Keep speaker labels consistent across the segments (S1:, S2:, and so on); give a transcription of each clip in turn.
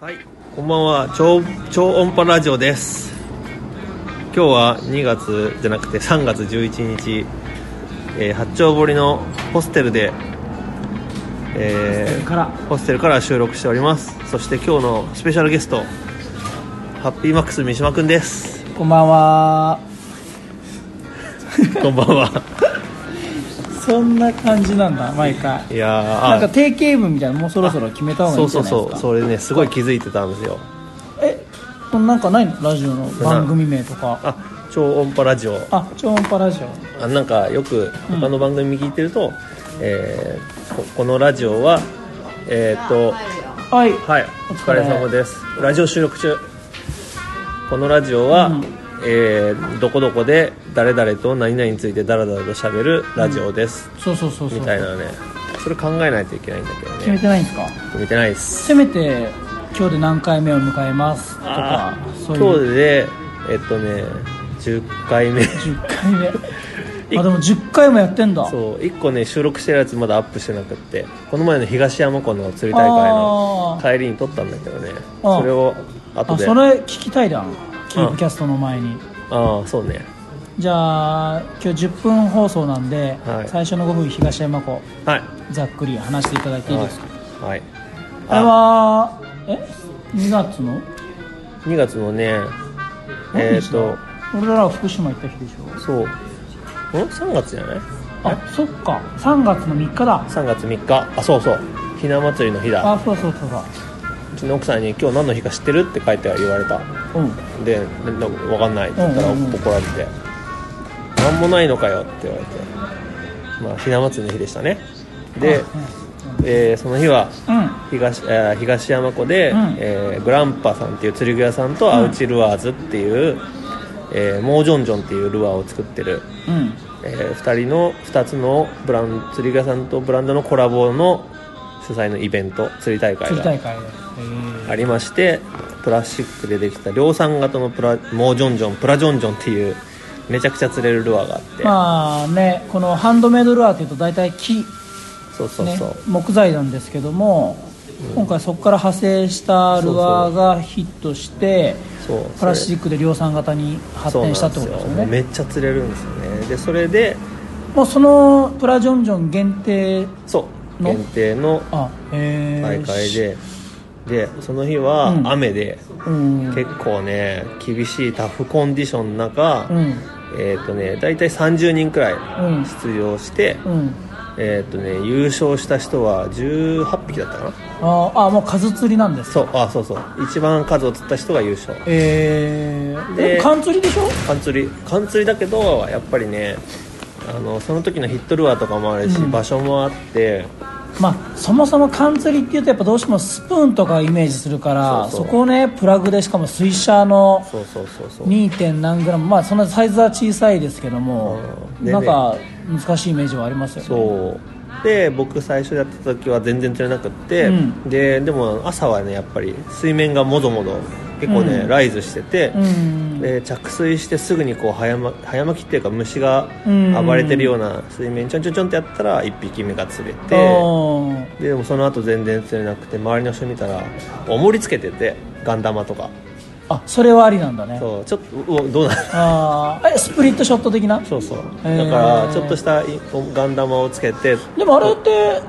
S1: はい、こんばんは超超音波ラジオです今日は2月じゃなくて3月11日、えー八丁堀のホステルで、えー
S2: から
S1: ホステルから収録しておりますそして今日のスペシャルゲストハッピーマックス三島くん です
S2: こんばんは
S1: こんばんは
S2: そんな感じなんだ毎回
S1: いやー
S2: なんか
S1: あ
S2: 定型文みたいなのもうそろそろ決めた方がい
S1: そ
S2: いん
S1: う
S2: じゃ
S1: そう
S2: ないですか
S1: そうそれねすごい気づいてたんですよ
S2: えこんなんかないのラジオの番組名とか
S1: あ超音波ラジオ
S2: あ超音波ラジオ
S1: あなんかよく他の番組聞いてると、えーここのラジオはえーっと
S2: はい
S1: はいお疲れ様ですラジオ収録中このラジオは、
S2: うん
S1: えーどこどこで誰々と何々についてダラダラと喋るラジオです、
S2: そうそうそうそう
S1: みたい
S2: 決
S1: なねそれ考えないといけないんだけど
S2: め
S1: ね
S2: てないんですか
S1: 決めてないです
S2: せめて今日で何回目を迎えますとか
S1: あー
S2: そういう
S1: 今日でえっとね10回目
S2: 10回目 あでも10回もやってんだ
S1: そう1個ね収録してるやつまだアップしてなくってこの前の東山湖の釣り大会の
S2: あ
S1: 帰りに撮ったんだけどね
S2: あー
S1: それを後
S2: あ
S1: で
S2: それ聞きたいだキープキャストの前に
S1: ああそうね
S2: じゃあ今日10分放送なんで、
S1: はい
S2: 最初の5分東山湖
S1: はい
S2: ざっくり話していただいていいですか、
S1: はい、
S2: あれはえ2月の
S1: 2月のねえ
S2: 何
S1: っ、
S2: 日だ
S1: と
S2: 俺らは福島行った日でしょ
S1: そうん3月じゃない
S2: あそっか3月の3日だ
S1: 3月3日あそうそうひな祭りの日だ
S2: あそうそうそうだ
S1: うちの奥さんに「今日何の日か知ってる?」って書いて言われた
S2: うん
S1: で「ななわかんない」って言ったら
S2: うんうんうん
S1: 怒られて「何もないのかよ」って言われてまあひな祭りの日でしたねで、えーその日は
S2: うんうん
S1: 東,、えー東山湖で、
S2: うん
S1: えーグランパさんっていう釣り具屋さんとアウチルアーズっていう、えーモージョンジョンっていうルアーを作ってる、
S2: うん
S1: え2人の2つのブラン釣り具屋さんとブランドのコラボの主催のイベント釣り大会
S2: 釣り大
S1: が
S2: 会で
S1: ありましてプラスチックでできた量産型のプラモージョンジョンプラジョンジョンっていうめちゃくちゃ釣れるルアーがあって、
S2: まあねこのハンドメイドルアーっていうと大体木
S1: そうそうそう、
S2: ね、木材なんですけども、今回そこから派生したルアーがヒットして
S1: そう
S2: プラスチックで量産型に発展したってことですよ
S1: そうなん
S2: ね
S1: よめっちゃ釣れるんですよねでそれで
S2: もうそのプラジョンジョン限定
S1: そう
S2: の
S1: 限定の
S2: あへえ
S1: 大会で、でその日は
S2: うん
S1: 雨で、
S2: うん
S1: 結構ね厳しいタフコンディションの中、
S2: うん
S1: えっ、とね大体30人くらい
S2: うん
S1: 出場して、
S2: うん
S1: えっ、とね優勝した人は18匹だったかな
S2: ああもう数釣りなんです
S1: そうあそうそう一番数を釣った人が優勝
S2: えー、
S1: で
S2: でも缶釣りでしょ
S1: 缶釣り缶釣りだけどやっぱりねあのその時のヒットルアーとかもあるし、
S2: うん
S1: 場所もあって
S2: まあそもそも缶釣りっていうとやっぱどうしてもスプーンとかイメージするから
S1: そ
S2: そう
S1: そう
S2: こをねプラグでしかも水車の
S1: そうそうそうそう
S2: 2. 点何グラムまあそんなサイズは小さいですけども、
S1: うんでね
S2: なんか難しいイメージはありますよね
S1: そうで僕最初やってた時は全然釣れなくって、
S2: うん
S1: ででも朝はねやっぱり水面がもぞもぞ結構ね、
S2: うん
S1: ライズしてて、
S2: うん
S1: で着水してすぐにこう早ま早巻きっていうか虫が
S2: うん
S1: 暴れてるような水面ちょんちょんちょんってやったら1匹目が釣れて、
S2: おー
S1: ででもその後全然釣れなくて周りの人見たら重りつけててガン玉とか
S2: あそれはありなんだね
S1: そうちょっとうおどうなる
S2: ああえスプリットショット的な
S1: そうそう
S2: へ
S1: だ
S2: ー
S1: からちょっとしたいガン玉をつけて
S2: でもあれって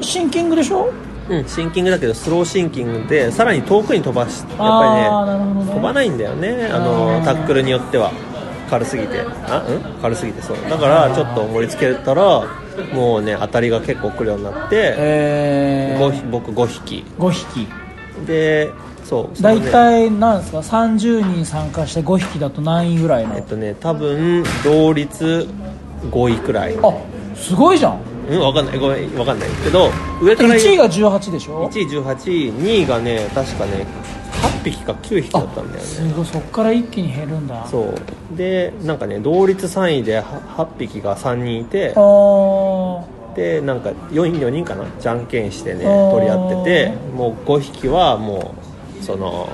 S2: シンキングでしょ
S1: うん、シンキングだけどスローシンキングでさらに遠くに飛ばしやっ
S2: あー
S1: ぱ
S2: なるほど
S1: りね
S2: ね
S1: 飛ばないんだよねあの
S2: うん
S1: タックルによっては軽すぎてあうん軽すぎてそうだからちょっと盛り付けたらもうね当たりが結構来るようになって、
S2: え
S1: ごひ僕5匹
S2: 5匹
S1: でそうその
S2: 大
S1: ね
S2: 体なんですか30人参加して5匹だと何位ぐらいの
S1: えっとね多分同率5位くらいうん
S2: あすごいじゃん
S1: 分かんないごめん分かんないけど上から
S2: 1位
S1: 言う
S2: が18でしょ
S1: 1位18位2位がね確かね8匹か9匹だったんだよね
S2: すごいそっから一気に減るんだ
S1: そうでなんかね同率3位では8匹が3人いて
S2: あー
S1: でなんか 4, 4人かなじゃんけんしてね
S2: あー
S1: 取り合っててもう5匹はもうその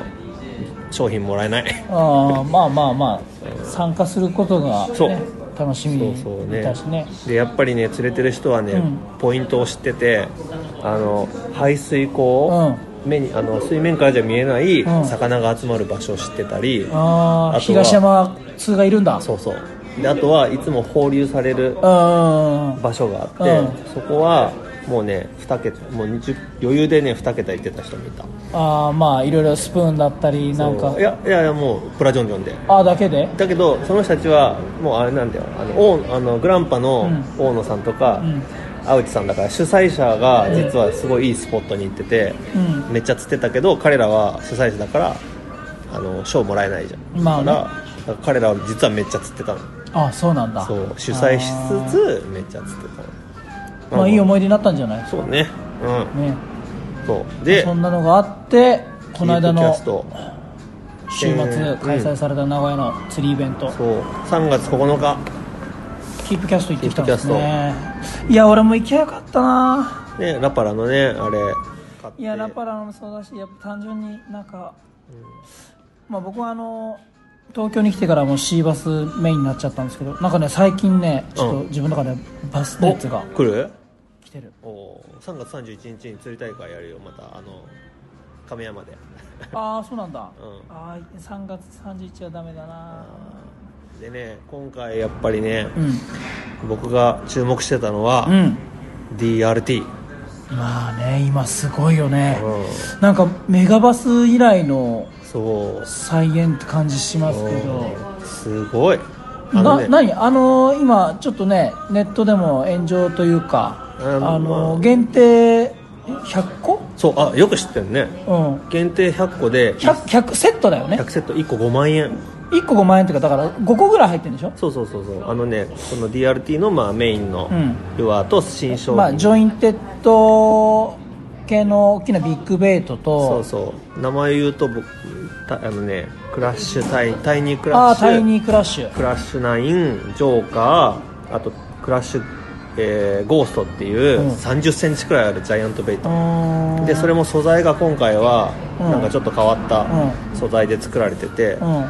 S1: 商品もらえない
S2: あーまあまあまあ参加することが、ね、
S1: そう
S2: 楽しみ
S1: そ
S2: に
S1: うそうね
S2: いたしね
S1: でやっぱりね釣れてる人はね、
S2: うん
S1: ポイントを知っててあの排水口、目にあの水面からじゃ見えない
S2: うん
S1: 魚が集まる場所を知ってたり、あ
S2: あ
S1: と
S2: あ
S1: は
S2: 東山通がいるんだ
S1: そうそうであとはいつも放流される
S2: うん
S1: 場所があって、
S2: うん
S1: そこはもうね2桁もう20余裕でね2桁行ってた人もいた
S2: ああまあいろいろスプーンだったりなんか
S1: そういやいやいやもうプラジョンジョンで
S2: ああだけで
S1: だけどその人たちはもうあれなんだよあの王あのグランパの大野さんとか、
S2: うん
S1: 青木さんだから主催者が実はすごいいいスポットに行ってて、
S2: うん
S1: めっちゃ釣ってたけど彼らは主催者だからあの賞もらえないじゃん、
S2: まあね
S1: だからだから彼らは実はめっちゃ釣ってたの
S2: ああそうなんだ
S1: そう主催し
S2: あー
S1: つつめっちゃ釣ってたの
S2: まあいい思い出になったんじゃない
S1: そうねう
S2: ね
S1: んそうで
S2: そんなのがあってこの
S1: キ
S2: 間
S1: ー
S2: の
S1: プキャスト
S2: 週末開催された名古屋の釣りイベント、
S1: そう3月9日
S2: キープキャスト行ってきたんですねいや俺も行きゃよかったな
S1: ねラパラのねあれ買って
S2: いやラパラもそうだしやっぱ単純になんか、まあ僕はあの東京に来てからもうシーバスメインになっちゃったんですけどなんかね最近ねちょっと自分の中でバスの
S1: お
S2: やつが
S1: 来る
S2: 来てる、
S1: おー3月31日に釣り大会やるよまたあの亀山で
S2: ああそうなんだ、
S1: うん
S2: ああ3月31日はダメだな
S1: でね今回やっぱりね
S2: うん
S1: 僕が注目してたのは
S2: う、ん
S1: DRT
S2: まあね今すごいよね、
S1: う
S2: なんかメガバス以来の
S1: そう
S2: 再現って感じしますけど
S1: うんすごいあの
S2: な
S1: ね
S2: 何あのー今ちょっとねネットでも炎上というか
S1: あの
S2: あのー
S1: まあ
S2: 限定100個、
S1: そうあよく知ってるね
S2: うん、
S1: 限定100個で
S2: 100, 100セットだよね
S1: 100セット1個5万円
S2: 1個5万円っていうかだから5個ぐらい入ってるんでしょ
S1: そうそうそうそうあのねこの DRT のまあメインの
S2: うん
S1: ルアーと新商品、
S2: まあジョインテッド系の大きなビッグベイト
S1: そう
S2: と
S1: そう名前言うと僕たあのねクラッシュタイタイニーク
S2: あ
S1: ラッ
S2: あ
S1: シュ
S2: タイニークラッシュ
S1: クラッシュナインジョーカーあとクラッシュ、えーゴーストっていう
S2: うん
S1: 3 0ンチくらいあるジャイアントベイ
S2: う
S1: ト、
S2: ーん
S1: でそれも素材が今回は
S2: うん
S1: なんかちょっと変わった
S2: う
S1: 素材で作られてて、
S2: うん、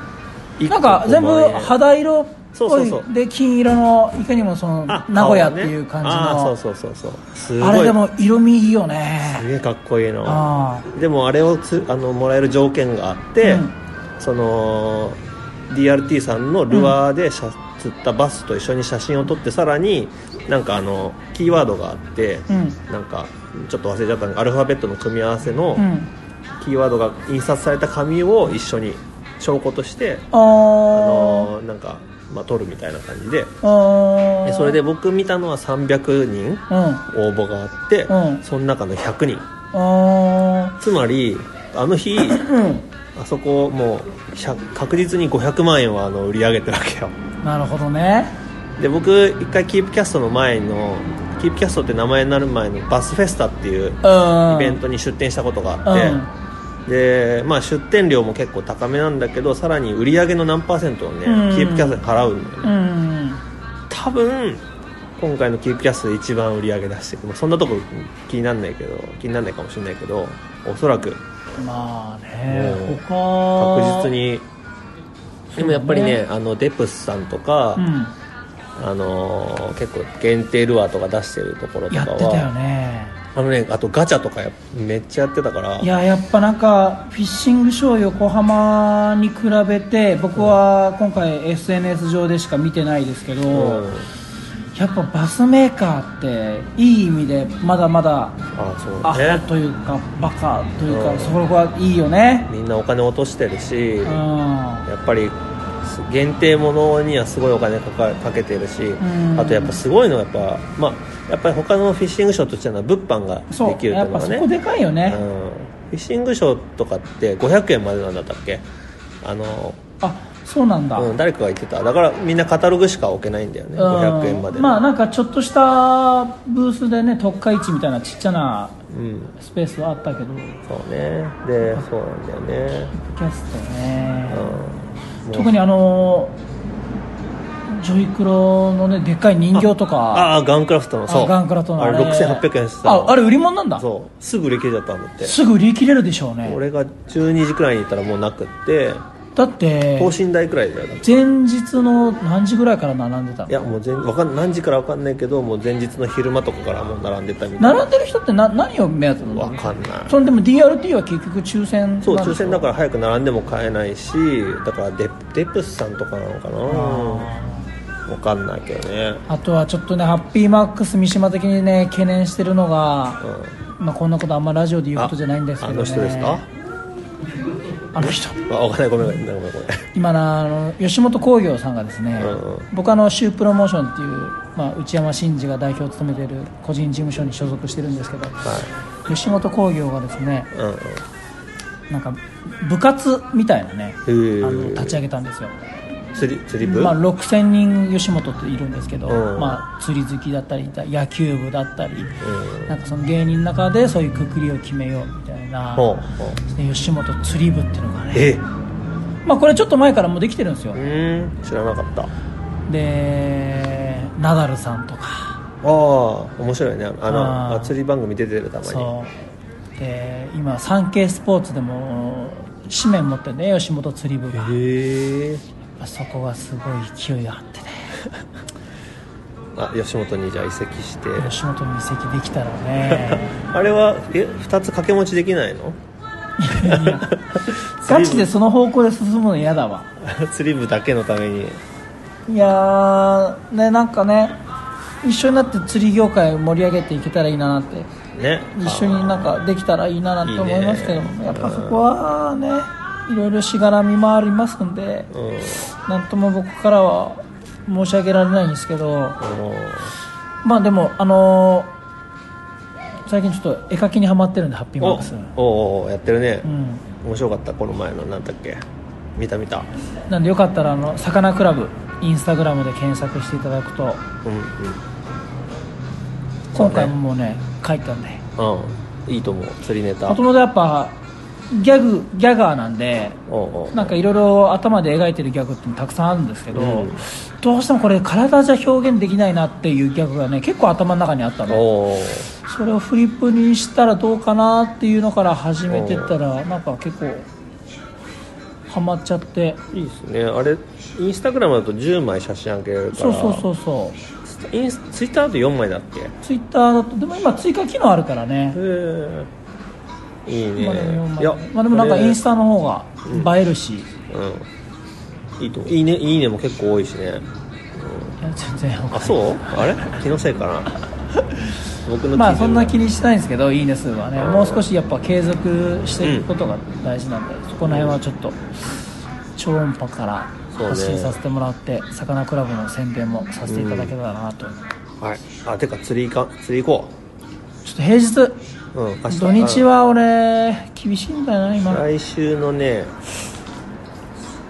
S1: 一
S2: な
S1: 個
S2: んか全部
S1: 5万円
S2: 肌色っ
S1: そう
S2: ぽ
S1: そう
S2: い
S1: そう
S2: で金色のいかにもその
S1: あ
S2: 名古屋っていう感じ
S1: 顔ねあー
S2: の
S1: そうそうそうそうすごい
S2: あれでも色味いいよ
S1: す
S2: ね
S1: げえかっこいいの
S2: あ
S1: でもあれをつあのもらえる条件があって、
S2: うん
S1: その DRT さんのルアーで写、釣ったバスと一緒に写真を撮ってさらになんかあのキーワードがあって、
S2: うん
S1: なんかちょっと忘れちゃったのがアルファベットの組み合わせの
S2: あうん
S1: キーワードが印刷された紙を一緒に証拠として、
S2: あ
S1: あ
S2: ー
S1: のーなんか、まあ、撮るみたいな感じで
S2: あ
S1: で
S2: ー
S1: それで僕見たのは300人
S2: うんあ
S1: 応募があって、
S2: うん
S1: その中の100人
S2: ー
S1: つまりあの日
S2: うん
S1: あそこもうしゃ確実に500万円はあの売り上げてるわけよ
S2: なるほどね
S1: で僕一回キープキャストの前のキープキャストって名前になる前のバスフェスタっていう
S2: うん
S1: イベントに出店したことがあって、でまあ、出店料も結構高めなんだけどさらに売り上げの何パーセントをね、
S2: うん
S1: キープキャストに払うんだよね
S2: うん、うん、
S1: 多分今回のキープキャストで一番売り上げ出してる、まあ、そんなとこ気になんないけど気になんないかもしれないけどおそらく
S2: まあね
S1: もう
S2: 他
S1: 確実にでもやっぱりね
S2: そう
S1: あのデプスさんとか、
S2: う
S1: あのー結構限定ルアーとか出してるところ
S2: ん
S1: と
S2: や
S1: か
S2: ってたよ
S1: は、
S2: ね
S1: あのねあとガチャとかやめっちゃやってたから
S2: いややっぱなんかフィッシングショー横浜に比べて僕は今回 SNS 上でしか見てないですけど、
S1: うん
S2: やっぱバスメーカーっていい意味でまだまだ
S1: あそう
S2: ア
S1: ね
S2: ホというかバカという
S1: う
S2: か
S1: ん
S2: そこはいいよね
S1: みんなお金落としてるし、
S2: うん
S1: やっぱりす限定ものにはすごいお金かかかけてるし、
S2: ん
S1: あとやっぱすごいのはやっぱまあやっぱり他のフィッシングショーと違うのは物販が
S2: そ
S1: で
S2: う
S1: きるってい
S2: や
S1: う
S2: っ
S1: の
S2: ぱ
S1: が
S2: そ
S1: ね
S2: こでかいよね、
S1: うんフィッシングショーとかって500円までなんだったっけあの、
S2: あそうなんだ、
S1: うん、誰かが言ってただからみんなカタログしか置けないんだよね500円まで
S2: うんまあなんんかちょっとしたブースでね特価市みたいなちっちゃな
S1: うん
S2: スペースはあったけど
S1: そうねでそうなんだよね
S2: キャストね、
S1: うん
S2: 特にあのジョイクロのねでっかい人形とかあ
S1: ああガンクラフトのそう
S2: ガンクラとの
S1: あれ6800円してた
S2: ああ
S1: れ
S2: れ売り物なんだ
S1: そうすぐ売り切れちゃったんだって
S2: すぐ売り切れるでしょうね
S1: 俺が12時くらいに行ったらもうなくって
S2: だって
S1: 等身大くらいだよな
S2: 前日の何時ぐらいから並んでた
S1: いやもう全わかん何時からわかんないけどもう前日の昼間とかからもう並んでたみたいな
S2: 並んでる人ってな何を目当てな
S1: わ
S2: の
S1: かんない
S2: それでも DRT は結局抽選なんでし
S1: そ
S2: ょ
S1: う抽選だから早く並んでも買えないしだからデデプスさんとかなのかなわかんないけどね
S2: あとはちょっとねハッピーマックス三島的にね懸念してるのが、まあ、こんなことあんまラジオで言うことじゃないんですけど、
S1: あ
S2: ね、
S1: の人ですか
S2: あの人
S1: あわかんないごめんごめんごめんごめん
S2: 今なあの吉本興業さんがですね、
S1: うんうん
S2: 僕あのシュープロモーションっていう、まあ、内山真二が代表を務めている個人事務所に所属してるんですけど、
S1: は
S2: 吉本興業がですね
S1: いうんうん
S2: なんか部活みたいなねあ
S1: へえ
S2: の立ち上げたんですよ
S1: 釣り釣り部、
S2: まあ、6000人吉本っているんですけど、
S1: うん
S2: まあ、釣り好きだったり野球部だったり、
S1: ん
S2: なんかその芸人の中でそういうくくりを決めようみたいな、
S1: ほうほう
S2: で吉本釣り部っていうのがね、
S1: え
S2: まあ、これちょっと前からもうできてるんですよ
S1: う、ーん知らなかったあ
S2: でナダルさんとか
S1: あ面白いねあのあの
S2: あー
S1: 釣り番組出てるたまに
S2: そうで今サンケイスポーツでも紙面持ってね吉本釣り部が、
S1: へえ
S2: そこがすごい勢いがあ ってね
S1: あ吉本にじゃあ移籍して
S2: 吉本に移籍できたらね
S1: あれはえ2つ掛け持ちできないの
S2: いやガチでその方向で進むの嫌だわ
S1: 釣り部だけのために
S2: いやーねなんかね一緒になって釣り業界を盛り上げていけたらいいなって
S1: ね
S2: 一緒になんかできたらいいななんて思いますけども
S1: いいね
S2: やっぱそこはねいろいろしがらみもありますんで
S1: あーうん
S2: なんとも僕からは申し上げられないんですけど
S1: あの
S2: まあでもあのー最近ちょっと絵描きにはまってるんでハッピーマックス
S1: おおおやってるね
S2: う、ん
S1: 面白かったこの前のなんだっけ見た見た
S2: なんでよかったらあの「さかなクラブ」インスタグラムで検索していただくと
S1: うんうん
S2: 今回ももうね書いたんで
S1: うんいいと思う釣りネタ
S2: もともとやっぱギャグギャガーなんで
S1: おうおう
S2: なんかいろいろ頭で描いてるギャグってたくさんあるんですけど、
S1: うん
S2: どうしてもこれ体じゃ表現できないなっていうギャグがね結構頭の中にあったの
S1: おう
S2: それをフリップにしたらどうかなっていうのから始めてったらなんか結構ハマっちゃって
S1: いいですねあれインスタグラムだと10枚写真あげれるか
S2: そう
S1: ら
S2: そうそうそう
S1: インスツイッターだと4枚だっけへ
S2: うツイッターだとでも今追加機能あるからね
S1: えいいね
S2: まあでも今ま
S1: いや
S2: あでもなんか
S1: これ
S2: インスタの方が映えるし、
S1: うんいいと思ういいねいいねも結構多いしね
S2: いや全然
S1: あそうあれ気のせいかな 僕の
S2: まあ
S1: 基準が
S2: そんな気にしないんですけどいいね数はね
S1: うん
S2: もう少しやっぱ継続していくことが大事なんで、そこら辺はちょっと超音波から
S1: そうね
S2: 発信させてもらって「さかなクラブ」の宣伝もさせていただけたらなと、ちょ
S1: はいあてか釣り行か釣り行こ
S2: っと平日
S1: ううん明日
S2: 土日は俺厳しいんだよな今
S1: 来週のね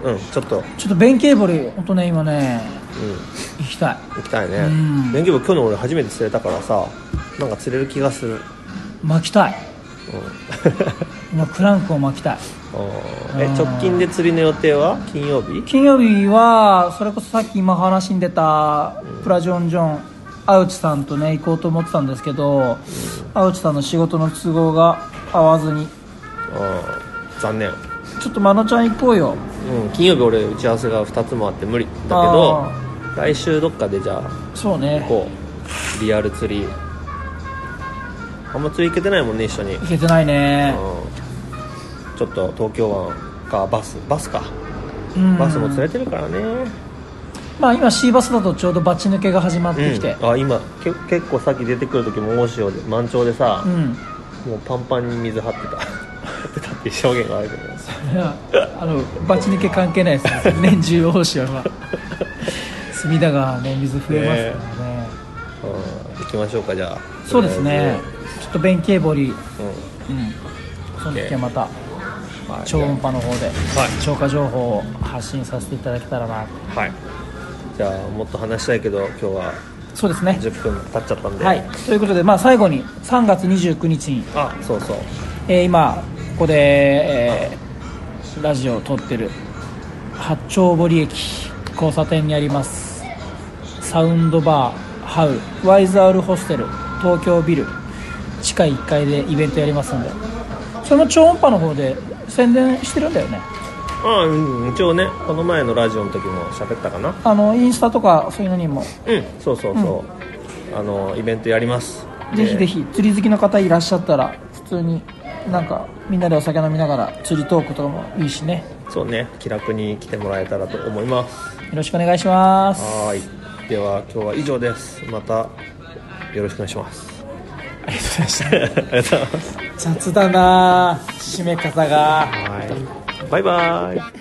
S1: うんちょっとうん
S2: ちょっと弁慶堀本当ね今ね行きたい
S1: 行きたいね
S2: うん
S1: 免許部今日の俺初めて釣れたからさなんか釣れる気がするうん
S2: 巻きたい今クランクを巻きたい
S1: え
S2: あー
S1: 直近で釣りの予定は金曜日
S2: 金曜日はそれこそさっき今話に出たプラジョンジョンアウチさんとね行こうと思ってたんですけどアウチさんの仕事の都合が合わずに
S1: うん残念
S2: ちょっとまのちゃん行こうよ
S1: うん金曜日俺打ち合わせが2つもあって無理だけど
S2: あ
S1: 来週どっかでじゃあ
S2: そうね
S1: こうリアル釣りあんま釣り行けてないもんね一緒に、うん
S2: 行けてないね
S1: ちょっと東京湾かバスバスか
S2: うん
S1: バスも釣れてるからね、
S2: まあ今 C バスだとちょうどバチ抜けが始まってきて
S1: うんあ今け結構さっき出てくる時も大潮で満潮でさ
S2: う、ん
S1: もうパンパンに水張ってた張ってたっていう表現があるけど
S2: いやあのバチ抜け関係ないですね年中大潮は隅田川ね水増えますからね
S1: うん行きましょうかじゃあ
S2: そうですねちょっと弁慶堀
S1: とりあえず
S2: うん、その時
S1: OK
S2: はまた
S1: うんはい
S2: 超音波の方で
S1: はい
S2: 超過情報を発信させていただけたらな
S1: はいじゃあもっと話したいけど今日は
S2: そうですね
S1: 10分経っちゃったんで、
S2: はいということで、まあ、最後に3月29日に、
S1: あそうそう
S2: えー今ここで、えーラジオを撮ってる八丁堀駅交差点にありますサウンドバーハウワイズアールホステル東京ビル地下1階でイベントやりますんでそれも超音波の方で宣伝してるんだよね
S1: ああうん一応ねこの前のラジオの時も喋ったかな
S2: あのインスタとかそういうのにも
S1: うんそうそうそう、あのイベントやります
S2: ぜひぜ
S1: ひ
S2: ひ釣り好きの方いらっしゃったら普通になんかみんなでお酒飲みながら釣りトークとかもいいしね
S1: そうね気楽に来てもらえたらと思います
S2: よろしくお願いします
S1: はーいでは今日は以上ですまたよろしくお願いします
S2: ありがとうございまし
S1: ありがとうございます
S2: た雑だなあ締め方が
S1: はいバイバイ